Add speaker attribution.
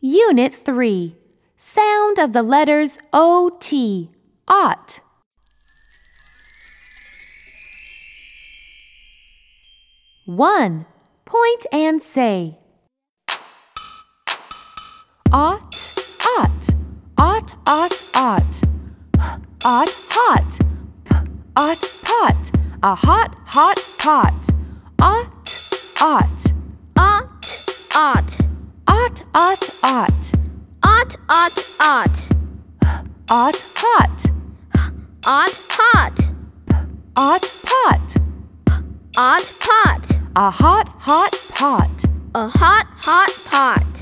Speaker 1: Unit 3 Sound of the letters OT. Ought. One. Point and say. Ought, ought, ought, ought, ought. Ought, hot, p, ought, pot, a hot, hot pot. Ought, ought,
Speaker 2: Ought, ought,
Speaker 1: ought, ought, ought,
Speaker 2: ought, ought, ought,
Speaker 1: ought, hot,
Speaker 2: ought, hot,
Speaker 1: ought, pot,
Speaker 2: ought pot,
Speaker 1: a hot, hot pot.
Speaker 2: a hot, hot pot.